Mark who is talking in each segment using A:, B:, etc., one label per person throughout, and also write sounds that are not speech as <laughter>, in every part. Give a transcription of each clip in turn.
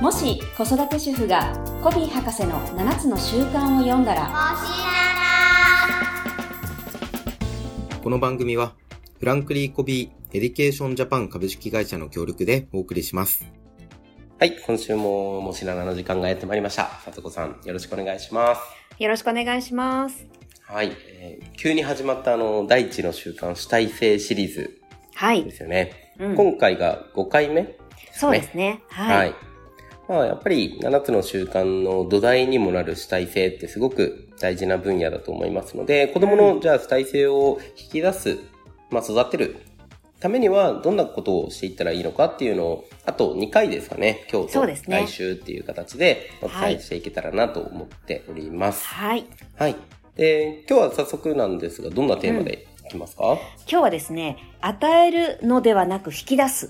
A: もし子育て主婦がコビー博士の7つの習慣を読んだら
B: この番組は、フランクリー・コビー・エディケーション・ジャパン株式会社の協力でお送りします。
C: はい、今週ももしながの時間がやってまいりました。さとこさん、よろしくお願いします。
D: よろしくお願いします。
C: はい、えー急に始まったあの、第一の習慣主体性シリーズ
D: は
C: で
D: い。
C: すよね。
D: うん
C: 今回が5回目、
D: そうですね。は。
C: はいい。まあ、やっぱり7つの習慣の土台にもなる主体性ってすごく大事な分野だと思いますので、子供の、じゃあ主体性を引き出す、まあ、育てるためにはどんなことをしていったらいいのかっていうのを、あと2回ですかね、今日
D: そ
C: と
D: うですね
C: 来週っていう形でお
D: は
C: 伝え
D: い
C: していけたらなと思っております。
D: はい。
C: はい。で、今日は早速なんですが、どんなテーマでいきますか、
D: 今日はですね、与えるのではなく引き出す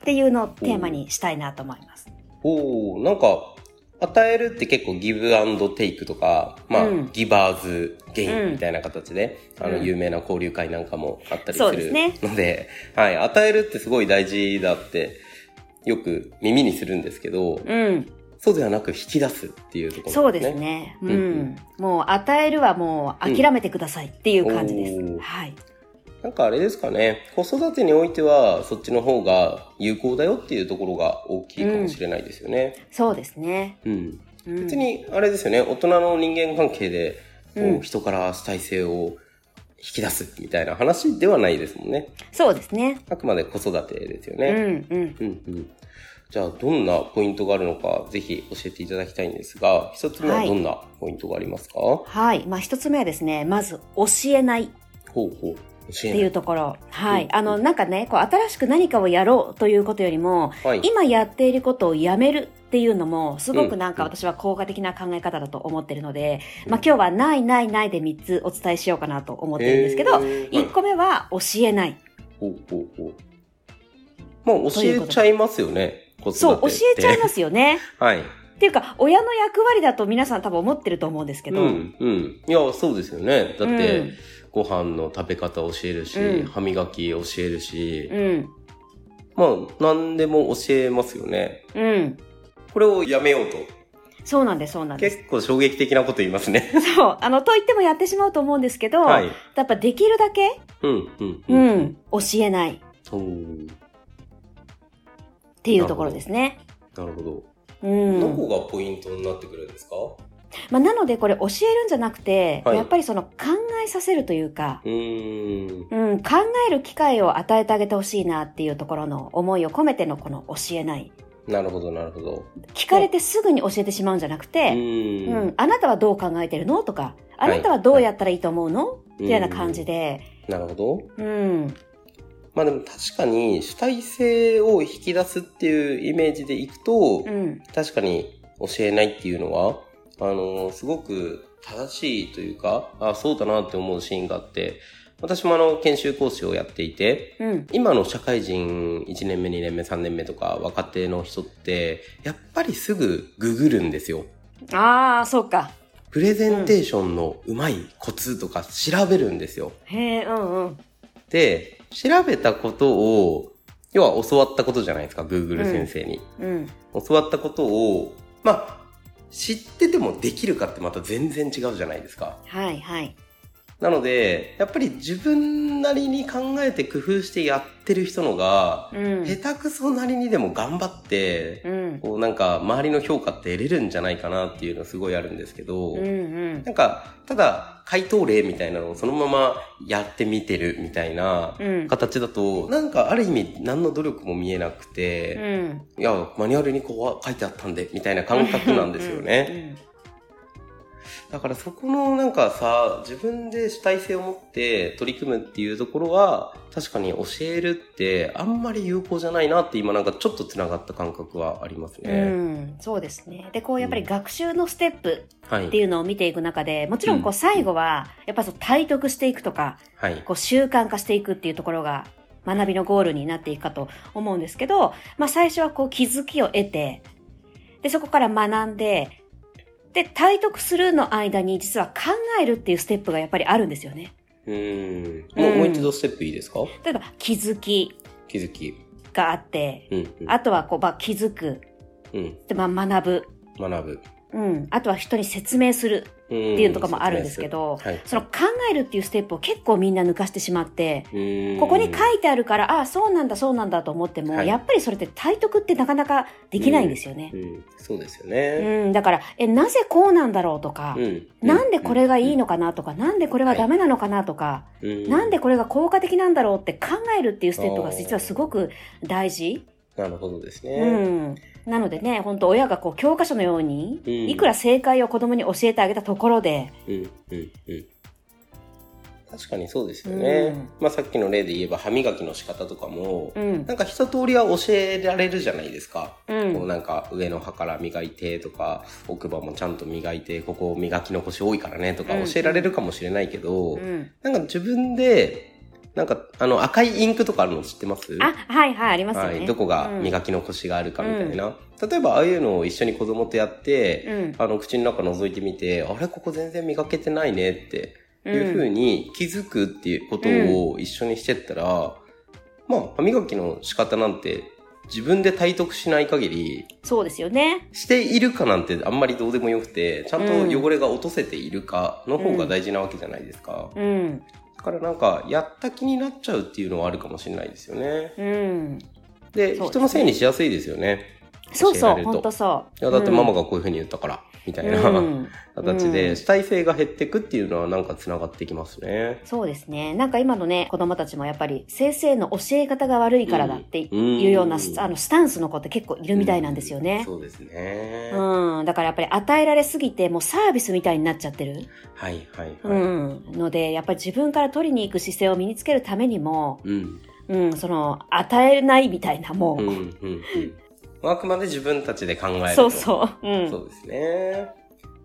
D: っていうのをテーマにしたいなと思います。
C: おおなんか、与えるって結構ギブアンドテイクとか、まあ、
D: うん
C: ギバーズゲイ
D: うん
C: ンみたいな形で、あ
D: う
C: の、
D: ん
C: 有名な交流会なんかもあったりす
D: そうです
C: る
D: ね
C: ので、はい、与えるってすごい大事だって、よく耳にするんですけど、
D: うん。
C: そうではなく引き出すっていうところです
D: そうで
C: ね。
D: す。ね。う
C: うん
D: ん。もう与えるはもう諦めてくださいっていう感じで
C: う
D: す。
C: ん
D: はい。
C: なんかあれですかね、子育てにおいては、そっちの方が有効だよっていうところが大きいかもしれないですよね。
D: そうですね。
C: うん
D: うん
C: 別にあれですよね大人の人間関係でこう
D: うん
C: 人から主体性を引き出すみたいな話ではないですもんね
D: そうですね。
C: あくまで子育てですよ
D: うん
C: ね、
D: うん。
C: うんうんじゃあどんなポイントがあるのかぜひ教えていただきたいんですが一つ目は
D: はい
C: どんなポイントがありますか、
D: はい。まあ一つ目はですね、まず教えない
C: ほうほ
D: っ
C: う教え
D: て
C: ない
D: いうところ。は
C: う
D: い。
C: ん
D: あの、なんかね、こう、新しく何かをやろうということよりも、
C: はい
D: 今やっていることをやめるっていうのも、すごくなんか
C: うん
D: 私は効果的な考え方だと思ってるので、まあ今日はないないないで3つお伝えしようかなと思ってるんですけど、
C: えーはい
D: 1個目は教えない。
C: ほうほうほうまあ教えちゃいますよね子育て
D: そう、教えちゃい
C: す
D: ますよね。
C: <laughs>
D: <laughs>
C: はい
D: っていうか、親の役割だと皆さん多分思ってると思うんですけ
C: う
D: ど、
C: んうんいやそうですよねだって、
D: うん
C: ご飯の食べ方教えるし、
D: うん
C: 歯磨き教えるし、
D: うん、
C: まあ何でも教えますよね。
D: うん。
C: これをやめようと。
D: そうなんです、そうなんです。
C: 結構衝撃的なこと言いますね。
D: そう、あの、と言ってもやってしまうと思うんですけど、
C: はい。
D: やっぱできるだけ、
C: うんうん。
D: うんん、教えないっ
C: おー
D: ていうところですね。
C: なるほど。
D: うん。
C: どこがポイントになってくるんですか
D: まあ、なのでこれ教えるんじゃなくて、
C: はい
D: やっぱりその考えさせるというか、
C: うーん。
D: うん、考える機会を与えてあげてほしいなっていうところの思いを込めてのこの教えない。
C: なるほどなるほど。
D: 聞かれてすぐに教えてしまうんじゃなく
C: う
D: て、う
C: ー
D: ん、
C: ん。
D: あなたはどう考えてるのとか、あ
C: はい
D: なたはどうやったらいいと思うの、
C: い
D: みたいな感じで、
C: なるほど。
D: うん、
C: まあでも確かに主体性を引き出すっていうイメージでいくと、
D: うん、
C: 確かに教えないっていうのは、あのすごく正しいというか、あそうだなって思うシーンがあって、私もあの、研修講師をやっていて、
D: うん、
C: 今の社会人1年目、2年目、3年目とか若手の人って、やっぱりすぐググるんですよ。
D: ああ、そうか。
C: プレゼンテーションのうまいコツとか調べるんですよ。
D: へえ、うん、うん、
C: で、調べたことを、要は教わったことじゃないですか、Google 先生に。
D: うん、
C: 教わったことを、まあ、知っててもできるかってまた全然違うじゃないですか。
D: はい、はい、
C: なので、やっぱり自分なりに考えて工夫してやってる人のが、
D: うん、
C: 下手くそなりにでも頑張って、
D: うん、
C: こうなんか周りの評価って得れるんじゃないかなっていうのすごいあるんですけど、
D: うん、うん
C: な、んか、ただ回答例みたいなのをそのままやってみてるみたいな
D: うん、
C: 形だと、なんかある意味何の努力も見えなくて、
D: うん。
C: いや、マニュアルにこう書いてあったんで、みたいな感覚なんですよね。だからそこのなんかさ、自分で主体性を持って取り組むっていうところは、確かに教えるってあんまり有効じゃないなって今なんかちょっと繋がった感覚はあります
D: う
C: ね。
D: ん、そうですね。で、こう、やっぱり学習のステップ
C: は
D: って
C: い。
D: いうのを見ていく中で、もちろん、こう、
C: うん
D: 最後は、やっぱり体得していくとか、
C: はい。
D: こう、習慣化していくっていうところが、学びのゴールになっていくかと思うんですけど、まあ、最初はこう、気づきを得て、で、そこから学んで、で、体得するの間に、実は考えるっていうステップがやっぱりあるんですよね。
C: うん。もう
D: うん
C: もう一度ステップいいですか
D: 例えば、気づき
C: 気づき。
D: があって、
C: うん、うん。
D: あとはこう、まあ、気づく。
C: うん。
D: で、まあ、学
C: 学ぶ。
D: ぶ。うん。あとは人に説明する
C: って
D: っていうのとかもあるんですけ。ど、
C: はい。
D: その考えるっていうステップを結構みんな抜かしてしまって、
C: うん、
D: ここに書いてあるから、ああ、そうなんだ、そうなんだと思っても、
C: はい
D: やっぱりそれって体得ってなかなかできないんですよね。
C: うん、そうですよ
D: うん、
C: ね。
D: だから、え、なぜこうなんだろうとか、
C: うん。
D: なんでこれがいい
C: の、
D: のかなとか、なんでこれはダメなのかなとか、
C: うん
D: なんでこれが効果的なんだろうって考えるっていうステップが実はすごく大事。
C: なるほどです
D: う
C: ね。
D: ん。なのでね、本当親がこう教科書のように、
C: うん
D: いくら正解を子供に教えてあげたところで、
C: うん。うん。うん。確かにそうですよ
D: うん
C: ね。まあさっきの例で言えば歯磨きの仕方とかも、
D: うん。
C: なんか一通りは教えられるじゃないですか。
D: う。
C: こうんなんか上の歯から磨いてとか奥歯もちゃんと磨いてここ磨き残し多いからねとか
D: うん
C: 教えられるかもしれないけど、
D: うん。
C: なんか自分でなんかあの赤いインクとかあるの知ってます
D: あ、はいはい、ありますよ
C: は
D: ね。
C: い、どこが
D: く、
C: 磨き残しがあるかみたいな、例えばああいうのを一緒に子供とやって、
D: うん、
C: あの口の中覗いてみてあれここ全然磨けてないねって
D: う
C: いうふうんに気づくっていうことを一緒にしてったら、まあ歯磨きの仕方なんて自分で体得しない限り
D: そうですよね。
C: しているかなんてあんまりどうでもよくてちゃんと汚れが落とせているかの方が大事なわけじゃないですか、
D: うん。
C: だからなんかやった気になっちゃうっていうのはあるかもしれないですよね
D: うん。そうで
C: で
D: すね
C: 人のせいにしやすいですよね
D: そう
C: 教えら
D: そ
C: れ
D: う、
C: ると
D: ほんとそう。
C: いやだってママ
D: が、
C: がこういうふうに言ったから、みたいな、
D: うん。
C: 形
D: う
C: で
D: ん
C: 主体性が減ってくっていうのはなんかつながってきますね
D: そうですね。なんか今のね、子供たちもやっぱり先生の教え方が悪いからだっていう
C: うん
D: ようなス、あのスタンスの子って結構いるみたいなんですよ
C: うん
D: ね。
C: そうですね、はい
D: うん。だからやっぱり与えられすぎて、もうサービスみたいになっちゃってる。
C: はいはい、
D: うん。ので、やっぱり自分から取りに行く姿勢を身につけるためにも、
C: うん
D: うん、その、与えないみたいな、も
C: うんう
D: う。
C: んうんあくまで自分たちで考える
D: そ
C: と
D: うそう。うん。
C: そうですね。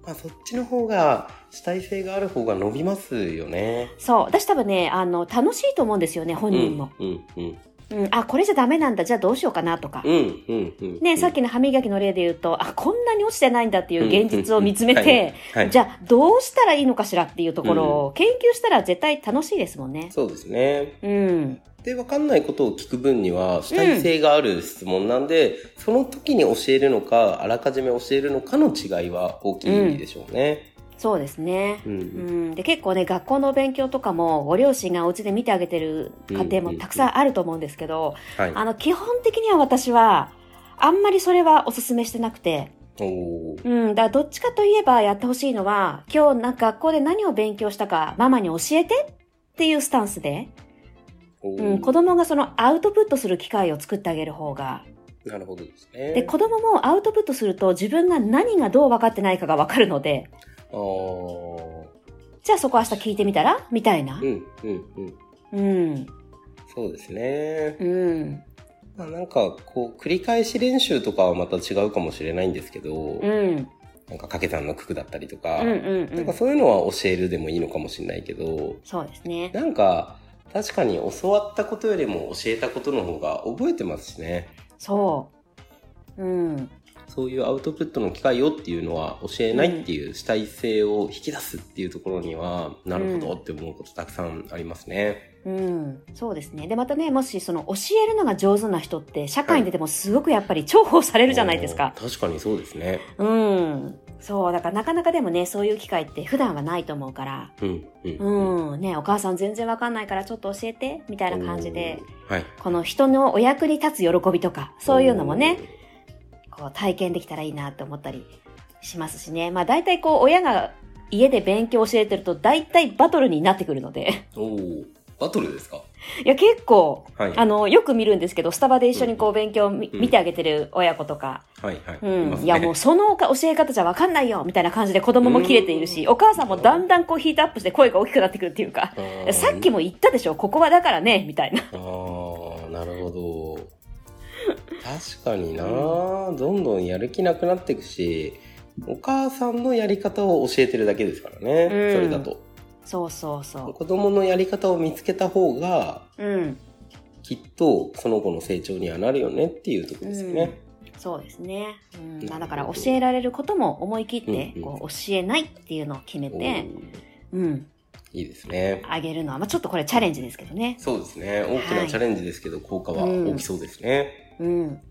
C: まあ、そっちの方が主体性がある方が伸びますよね。
D: そう。私多分ね、あの、楽しいと思うんですよね、本人も。
C: うんうん
D: うん、あ、これじゃダメなんだ、じゃあどうしようかなとか
C: う。んうんうん。
D: ね、さっ
C: き
D: きの歯磨きの例で言うと、あ、こんなに落ちてないんだっていう現実を見つめ
C: うんうんうん
D: て、
C: はい、
D: じゃあどうしたらいいのかしらっていうところを研究したら絶対楽しいですもんね。
C: そうですね。
D: うん。
C: で、わかんないことを聞く分には主体性がある質問なんで、その時に教えるのか、あらかじめ教えるのかの違いは大きいでしょうね。
D: そうですね。
C: うんう
D: うんん、で結構ね学校の勉強とかもご両親がお家で見てあげてる家庭もたくさんあると思うんですけど、
C: はい。
D: あの基本的には私はあんまりそれはお勧めしてなくて、
C: おー
D: うん、だからどっちかといえばやってほしいのは、今日なんか学校で何を勉強したかママに教えてっていうスタンスで、
C: おー
D: うん、子供がそのアウトプットする機会を作ってあげる方が。
C: なるほどですね。
D: で、子供もアウトプットすると自分が何がどう分かってないかが分かるので、
C: あ
D: じゃあそこ明日聞いてみたらみたいな
C: ーう。んうんうん。
D: うん。
C: そうですね。
D: うん。
C: まあ、なんかこう繰り返し練習とかはまた違うかもしれないんですけど、
D: うん。うん。
C: なんか掛け算の九九だったりとか、
D: うん。う
C: なんか
D: ん。
C: そういうのは教えるでもいいのかもしれないけど
D: そうですね。
C: なんか確かに教わったことよりも教えたことの方が覚えてますしね
D: そう。うん。
C: そういうアウトプットの機会をっていうのは教えないっていう主体性を引き出すっていうところには、なるほどって思うことたくさんありますね。
D: うん。そうですね。で、またね、もしその教えるのが上手な人って、社会に出てもすごくやっぱり重宝されるじゃないですか。
C: おー確かにそうですね。
D: うん。そう。だからなかなかでもね、そういう機会って普段はないと思うから。
C: うんうんん
D: うん、ね、お母さん全然わかんないからちょっと教えて、みたいな感じで、
C: おーはい
D: この人のお役に立つ喜びとか、そういうのもね、こう体験できたらいいなって思ったりしますしね。まあ大体こう親が家で勉強教えてると大体バトルになってくるので。 <laughs>
C: おーバトルですか
D: いや結構、
C: はい
D: あの、よく見るんですけど、スタバで一緒にこう勉強をみ
C: うん
D: 見てあげてる親子とか、
C: はいはい。
D: うん。
C: ます
D: い
C: ね
D: やもうその教え方じゃわかんないよみたいな感じで子供も切れているし、お母さんもだんだんこうヒートアップして声が大きくなってくるっていうか。
C: <laughs> あー
D: さっきも言ったでしょ、ここはだからね、みたいな。
C: あーなるほど確かになどんどんやる気なくなっていくしお母さんのやり方を教えてるだけですからね、
D: うん
C: それだと
D: そうそうそ
C: 子供のやり方を見つけた方が
D: う。うん。
C: きっとその子の成長にはなるよねっていうところですよね、
D: そうですね。うん、まあだ
C: なる
D: から
C: ほど
D: 教えられることも思い切って
C: うん、うん
D: こう教えないっていうのを決め
C: お
D: て、
C: ー
D: うん、
C: いいですね
D: あげるのは、まあちょっとこれチャレンジですけどね。
C: そうですね大き
D: は
C: ないチャレンジですけど効果は大きそうですね、
D: うん。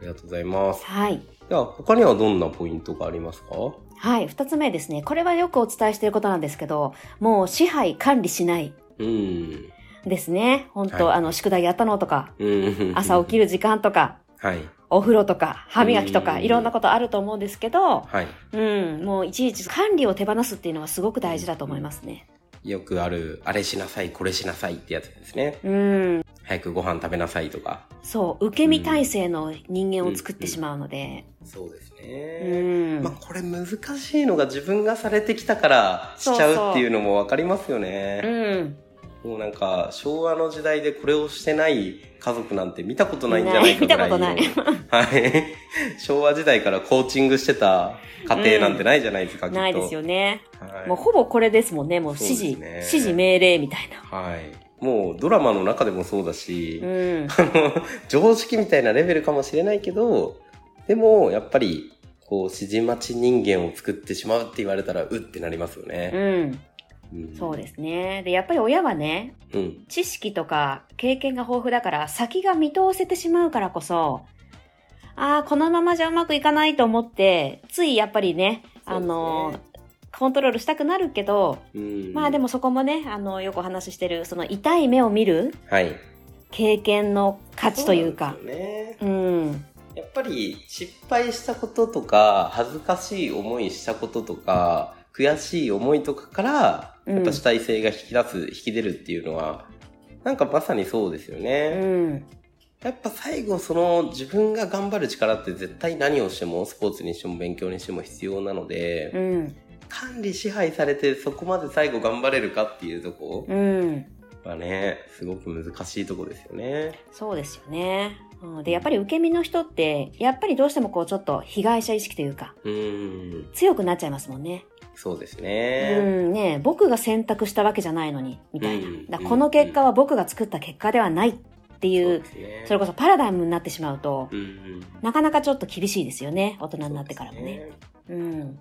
C: りがとうございます。
D: はい。
C: では、他にはどんなポイントがありますか
D: はい。二つ目ですね。これはよくお伝えしていることなんですけど、もう支配管理しない
C: うん。
D: ですね。本当、
C: はい
D: あの、宿題やったのとか、
C: うん。
D: 朝起きる時間とか、
C: はい。
D: お風呂とか、歯磨きと
C: う
D: か、
C: ん
D: いろんなことあると思うんですけど、
C: はい。
D: うん、もういちいち管理を手放すっていうのはすごく大事だと思いますね。
C: よくある、あれしなさい、これしなさいってやつですね。
D: うん。
C: 早くご飯食べなさいとか。
D: そう、受け身体制の人間を作ってしまうので、
C: そうです
D: う
C: ね。
D: ん
C: まあ、。これ難しいのが自分がされてきたからしちゃうっていうのもわかりますよ
D: う
C: ね。
D: ん。
C: もうなんか、昭和の時代でこれをしてない家族なんて見たことないんじゃないかぐ
D: 見
C: らい
D: ない
C: の
D: 見
C: はい。昭和時代からコーチングしてた家庭なんてないじゃないですか、きっと。
D: ないですよね。
C: はい。
D: もうほぼこれですもんね。もう指示、
C: そうですね
D: 指示命令みたいな。
C: はい。もうドラマの中でもそうだし、
D: うん。
C: あの、 <laughs> 常識みたいなレベルかもしれないけど、でも、やっぱり、こう、指示待ち人間を作ってしまうって言われたら、うってなりますよね。。
D: うん。そうですすね。で、やっぱり親はね、
C: うん。
D: 知識とか経験が豊富だから、先が見通せてしまうからこそ、ああ、このままじゃうまくいかないと思って、ついやっぱりね、あの、
C: そうで
D: コントロールしたくなるけど、
C: うん
D: まあでも、そこもね、あの、よくお話ししてる、その痛い目を見る
C: はい。
D: 経験の価値というか
C: そ、うなんですよね。
D: うん。
C: やっぱり、失敗したこととか、恥ずかしい思いしたこととか、悔しい思いとかから、
D: うん
C: やっぱ主体性が引き出す、引き出るっていうのは、なんかまさにそうですよね。
D: うん。
C: やっぱ最後その自分が頑張る力って絶対何をしてもスポーツにしても勉強にしても必要なので、
D: うん。
C: 管理支配されてそこまで最後頑張れるかっていうとこ
D: うん。
C: はねすごく難しいとこですよね。
D: そうですよね。うんで、やっぱり受け身の人って、やっぱりどうしてもこうちょっと被害者意識というか、
C: うん
D: 強くなっちゃいますもんね。
C: そうです
D: う
C: ね。
D: ん、ねえ僕が選択したわけじゃないのに、みたいな。
C: うん
D: だからこの結果は僕が作った結果ではないって
C: そ
D: いうう
C: で、すね
D: それこそパラダイムになってしまうと、
C: うん
D: なかなかちょっと厳しいですよね。大人になってからもね。
C: そうで
D: う
C: す
D: ん。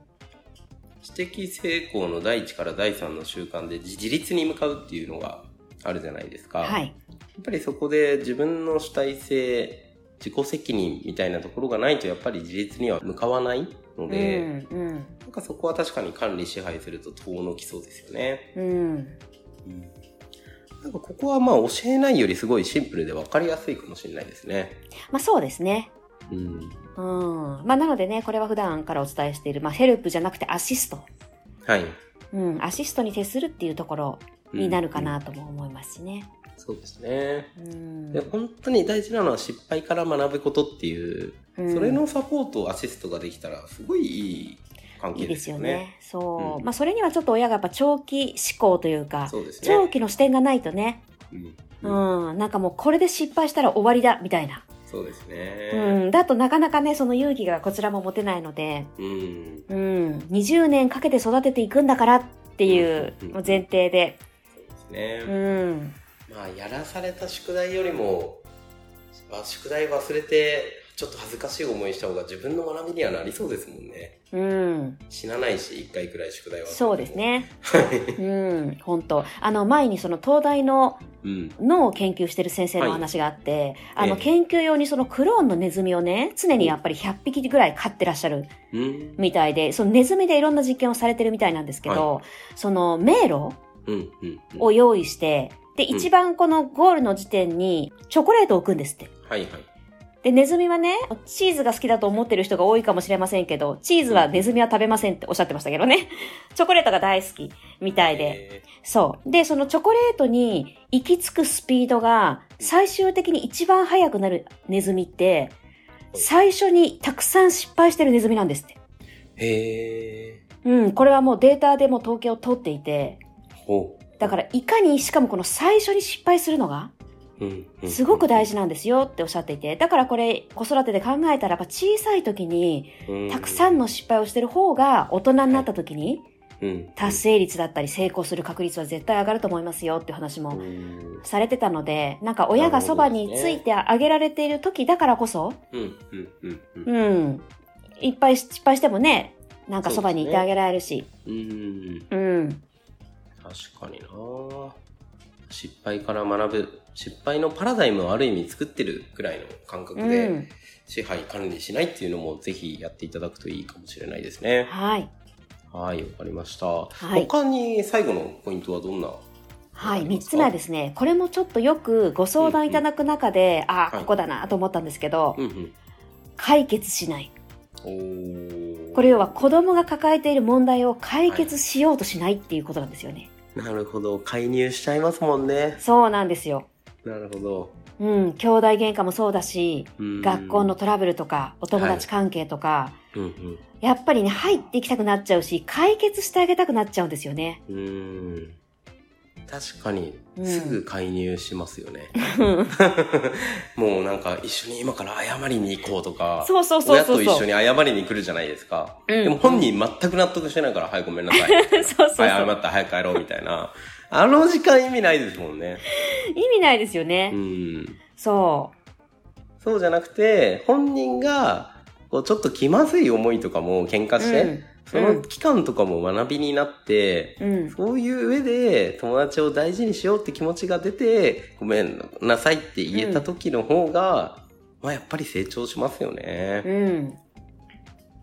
C: 知的成功の第一から第三の習慣で自自立に向かうっていうのがあるじゃないですか。
D: はい。
C: やっぱりそこで自分の主体性、自己責任みたいなところがないとやっぱり自立には向かわないの
D: うん、う
C: で、
D: ん。
C: なんかそこは確かに管理支配すると遠のきそうですよね。
D: うん。
C: なんかここはまあ教えないよりすごいシンプルで分かりやすいかもしれないですね。
D: まあそうですね。
C: うん。
D: うん。まあなのでね、これは普段からお伝えしている、まあヘルプじゃなくてアシスト。
C: はい。
D: うん、アシストに徹するっていうところになるかなとも思いますしね。
C: うん。そうですね。
D: うん
C: で本当に大事なのは失敗から学ぶことっていう、それのサポート、アシストができたらすごいいい関
D: い
C: 係
D: いで
C: ですす
D: よ
C: よ
D: ね。
C: ね。
D: そう、
C: うん
D: まあそれにはちょっと親がやっぱ長期思考というか、
C: そうですね。
D: 長期の視点がないとね、
C: う
D: う
C: んうん
D: ん、なんかもうこれで失敗したら終わりだみたいな。
C: そうですね。
D: うん、だとなかなかね、その勇気がこちらも持てないので、
C: うん。
D: うん、20年かけて育てていくんだからっていう
C: うんうん
D: もう前提で、
C: そうですね。
D: うん、
C: まあ、やらされた宿題よりも、まあ、宿題忘れて、ちょっと恥ずかしい思いした方が自分の学びにはなりそうですもんね。
D: うん、
C: 死なないし、一回くらい宿題は。
D: そうです。ね。
C: はい。
D: うん、本当あの、前にその東大の
C: うん。
D: 脳を研究してる先生のお話があって、
C: はい
D: あの
C: ええ
D: 研究用にそのクローンのネズミをね常にやっぱり100匹ぐらい飼ってらっしゃる
C: うん。
D: みたいでそのネズミでいろんな実験をされてるみたいなんですけど、その迷路
C: うん。うん。
D: を用意してで
C: うん
D: 一番このゴールの時点にチョコレートを置くんですって。
C: はいはい。
D: で、ネズミはね、チーズが好きだと思ってる人が多いかもしれませんけど、チーズはネズミは食べませんっておっしゃってましたけど
C: <laughs>
D: ね。チョコレートが大好きみたいで。
C: え
D: そう。で、そのチョコレートに行き着くスピードが最終的に一番速くなるネズミって、最初にたくさん失敗してるネズミなんですって。
C: ー、へ
D: うん、これはもうデータでも統計を取っていて、
C: ー。ほ
D: だからいかに、しかもこの最初に失敗するのが
C: う。うん。うん
D: すごく大事なんですよっておっしゃっていて、だからこれ子育てで考えたらやっぱ小さい時にたくさん、の失敗をしてる方が大人になった時に
C: うん。
D: 達成率だったり成功する確率は絶対上がると思いますよっていう話も
C: うん。
D: されてたので、なんか親がそばについてあげられている時だからこそ、
C: うん。うん。うん。うん。
D: うん。いっぱい失敗してもね、なんかそばにいてあげられるし、
C: うん。
D: うん。
C: 確かにな失敗から学ぶ、失敗のパラダイムをある意味作ってるくらいの感覚
D: う
C: で
D: ん
C: 支配管理しないっていうのもぜひやっていただくといいかもしれないですね。
D: はい。
C: はい、わかりました。
D: い
C: 他に最後のポイントはどんな
D: はい、
C: あり
D: 3
C: ますか
D: つ目はですね、これもちょっとよくご相談いただく中で、ああ、
C: はい
D: ここだなと思ったんですけど、
C: うんうん。
D: 解決しない。
C: おー
D: これ要は子供が抱えている問題を解決しようとしないっていうことなんですよね。
C: なるほど。介入しちゃいますもんね。
D: そうなんですよ。
C: なるほど。
D: うん、兄弟喧嘩もそうだし、
C: うん
D: 学校の、トラブルとか、お友達関係とか、
C: うんうん。
D: やっぱりね、入っていきたくなっちゃうし、解決してあげたくなっちゃうんですよね。
C: うーん確かに
D: うん
C: すぐ介入します
D: <laughs>
C: よね、もうなんか一緒に今から謝りに行こうとか
D: そうそうそうそう。
C: 親と一緒に謝りに来るじゃないですか、
D: うん
C: でも本人全く納得してないから「はいごめんなさ <laughs> い」
D: <laughs> そうそうそう
C: はい謝った早く帰ろう」みたいなあの時間意味ないですもんね
D: 意味ないですよね。
C: うん
D: そ
C: そうじゃなくて本人がこうちょっと気まずい思いとかも喧嘩
D: う。
C: して、
D: うん
C: その期間とかも学びになって、
D: うん。
C: そういう上で友達を大事にしようって気持ちが出て、ごめんなさいって言えた時の方が、まあやっぱり成長しますよね。
D: うん。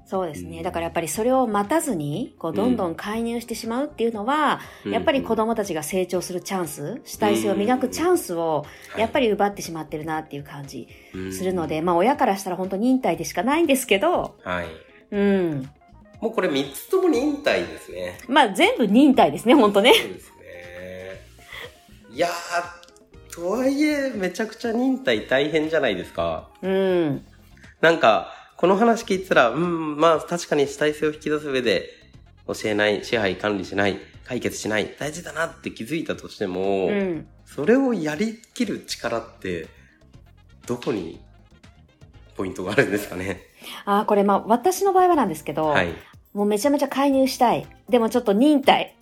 D: そうですね。
C: うん
D: だからやっぱりそれを待たずに、こう、どんどん介入してしまうっていうのは、やっぱり子供たちが成長するチャンス、主体性を磨くチャンスを、やっぱ
C: り
D: り奪ってしまってるなっていう感じするので、まあ親からしたら本当忍耐でしかないんですけど、
C: はい。
D: うん。
C: もうこれ3つとも忍耐です <laughs> ね。
D: まあ全部忍耐ですね、本当ね。
C: そうですね。いやー、とはいえめちゃくちゃ忍耐大変じゃないですか。
D: うん。
C: なんか、この話聞いてたら、うん、まあ確かに主体性を引き出す上で、教えない、支配管理しない、解決しない、大事だなって気づいたとしても、
D: うん。
C: それをやりきる力って、どこにポイントがあるんですかね。
D: ああ、これまあ私の場合はなんですけど、
C: はい。
D: もうめちゃめちゃ介入したい。でもちょっと忍耐。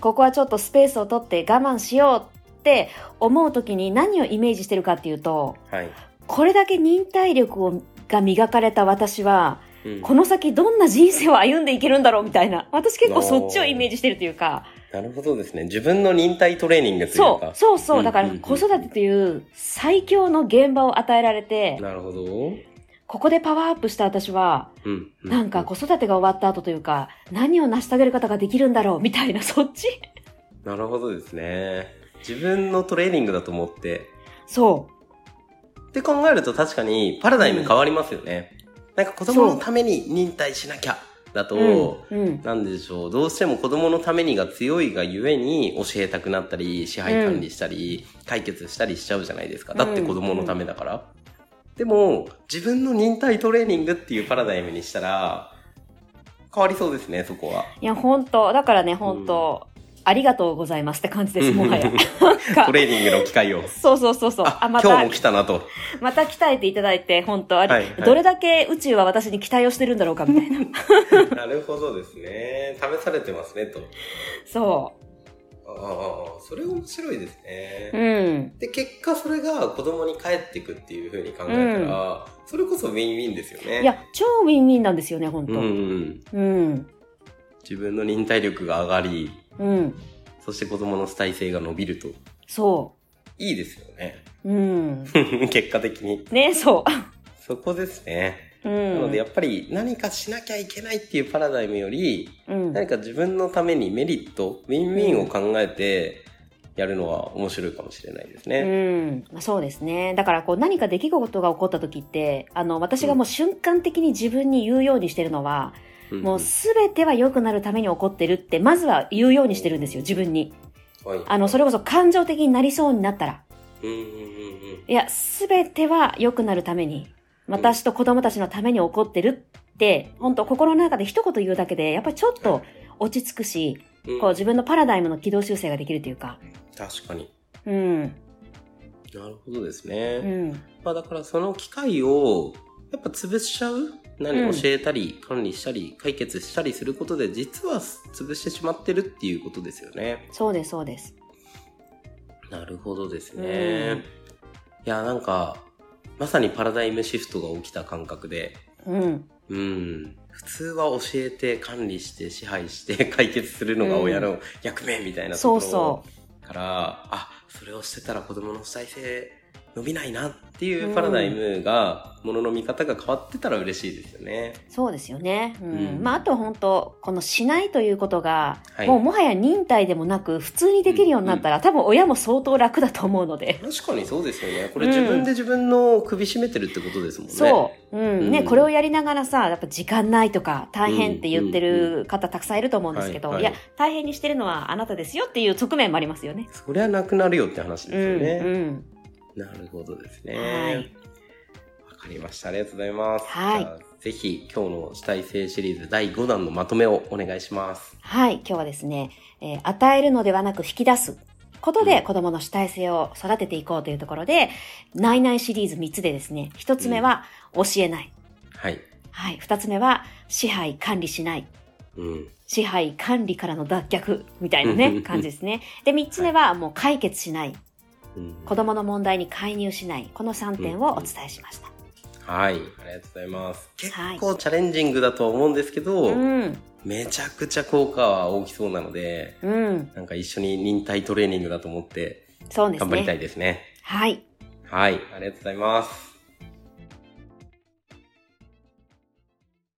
D: ここはちょっとスペースを取って我慢しようって思うときに何をイメージしてるかっていうと、
C: はい。
D: これだけ忍耐力をが磨かれた私は、
C: うん
D: この先どんな人生を歩んでいけるんだろうみたいな。私結構そっちをイメージしてるというか、
C: なるほどですね。自分の忍耐トレーニングという
D: そ
C: か
D: う、。そう
C: う
D: そう。
C: ん
D: だから
C: うん
D: 子育てという最強の現場を与えられて、
C: なるほど。
D: ここでパワーアップした私は、
C: うん。う
D: なんか子育てが終わった後というか、何を成し遂げることができるんだろうみたいな、そっち
C: なるほどですね。自分のトレーニングだと思って、
D: そう。
C: って考えると確かにパラダイム変わりますよね。なんか子供のために忍耐しなきゃだと、
D: うんうん
C: なんでしょう、どうしても子供のためにが強いがゆえに教えたくなったり、支配管理したり、解決したりしちゃうじゃないですか。だって子供のためだから。でも、自分の忍耐トレーニングっていうパラダイムにしたら、変わりそうですね、そ
D: <laughs>
C: こは。
D: いや、本当だからね、本当、ありがとうございますって感じです、もは
C: <laughs>
D: や。なんか
C: トレーニングの機会を。
D: そうそうそうそう。
C: あ、
D: あ、ま
C: 今
D: た
C: 日も、来たな
D: <laughs>
C: と。
D: また鍛えていただいて、本当あり、
C: はいはい
D: どれだけ宇宙は私に期待をしてるんだろうか、みたい
C: <laughs>
D: な。
C: なるほどですね。試されてますね、と。
D: そ
C: ああ、それ面白いですね。
D: う。うん。
C: で、結果それが子供に返ってくっていう風に考えたら、それこそウィンウィンですよね。
D: い、や、超ウィンウィンなんですよね、本
C: うん
D: 当う
C: う
D: ん。う
C: ん。
D: ん。
C: 自分の忍耐力が上がり、そして子供の主体性が伸びると。
D: そ
C: いいですよね。
D: う。うん。
C: <laughs> 結果的に。 <laughs>
D: ね、そ
C: そこですね。
D: う。う
C: なの
D: ん
C: で、。やっぱり何かしなきゃいけないっていうパラダイムより、
D: うん。
C: 何か自分のためにメリット、ウィンウィンを考えてやるのは面白いかもしれないですね。
D: うん、まあそうですね。だからこう何か出来事が起こった時って、あの私がもう瞬間的に自分に言うようにしてるのは、
C: ん
D: もうすべては良くなるために起こってるって、まずは言うようにしてるんですよ、自分に。
C: はい
D: あの、それこそ感情的になりそうになったら。
C: うんうんうんうん。
D: いや、すべては良くなるために、私と子供たちのために起こってるって、本当心の中で一言言うだけで、やっぱりちょっと落ち着くし、
C: うん
D: こう自分のパラダイムの軌道修正ができるというか。
C: 確かに。
D: うん、
C: なるほどですね。
D: うん、
C: まあだからその機会をやっぱ潰しちゃう何
D: うん
C: 教えたり管理したり解決したりすることで実は潰してしまってるっていうことですよね。
D: そうです、そうです。
C: なるほどですね。
D: うん
C: いやなんかまさにパラダイムシフトが起きた感覚で、
D: うん、
C: うん、普通は教えて管理して支配して解決するのが親の役目みたいなとこ
D: そ
C: ろ
D: うそ
C: を考から、あ、それをしてたら子供の主体性伸びないなっていうパラダイムが、ものの見方が変わってたら嬉しいですよね。
D: そうですよね。うん。
C: うん
D: まあ、あとは本当、このしないということが、
C: はい
D: もうもはや忍耐でもなく、普通にできるようになったら、多分親も相当楽だと思うので。
C: 確かにそうですよね。これ
D: うん
C: 自分で自分の首絞めてるってことですもんね。
D: そう。うん。ね、
C: うん
D: これをやりながらさ、やっぱ時間ないとか、大変って言ってる方たくさんいると思うんですけど、
C: はい
D: い
C: はい
D: や、大変にしてるのはあなたですよっていう側面もありますよね。
C: そりゃなくなるよって話
D: う
C: ですよね。
D: ん。
C: なるほどです
D: は
C: ね
D: い。
C: わかりました。ありがとうございます。
D: はい
C: じゃあぜひ今日の主体性シリーズ第5弾のまとめをお願いします。
D: はい、今日はですね、えー与えるのではなく引き出すこと
C: う
D: で
C: ん
D: 子供の主体性を育てていこうというところで、ないないシリーズ3つでですね、1つ目は教えない。
C: はい。
D: はい、2つ目は支配管理しない。
C: うん。
D: 支配管理からの脱却みたいな
C: うんうんう
D: ね、
C: ん
D: 感じですね。で、3つ目はもう解決しない。
C: うん
D: 子供の問題に介入しない。この3点をお伝えしました。
C: はい。ありがとうございます。結
D: はい。
C: 構チャレンジングだとは思うんですけど、
D: うん、
C: めちゃくちゃ効果は大きそうなので、
D: うん、
C: なんか一緒に忍耐トレーニングだと思って
D: そうです
C: 頑張りた
D: ね。
C: いですね。
D: はい。
C: はい。ありがとうございます。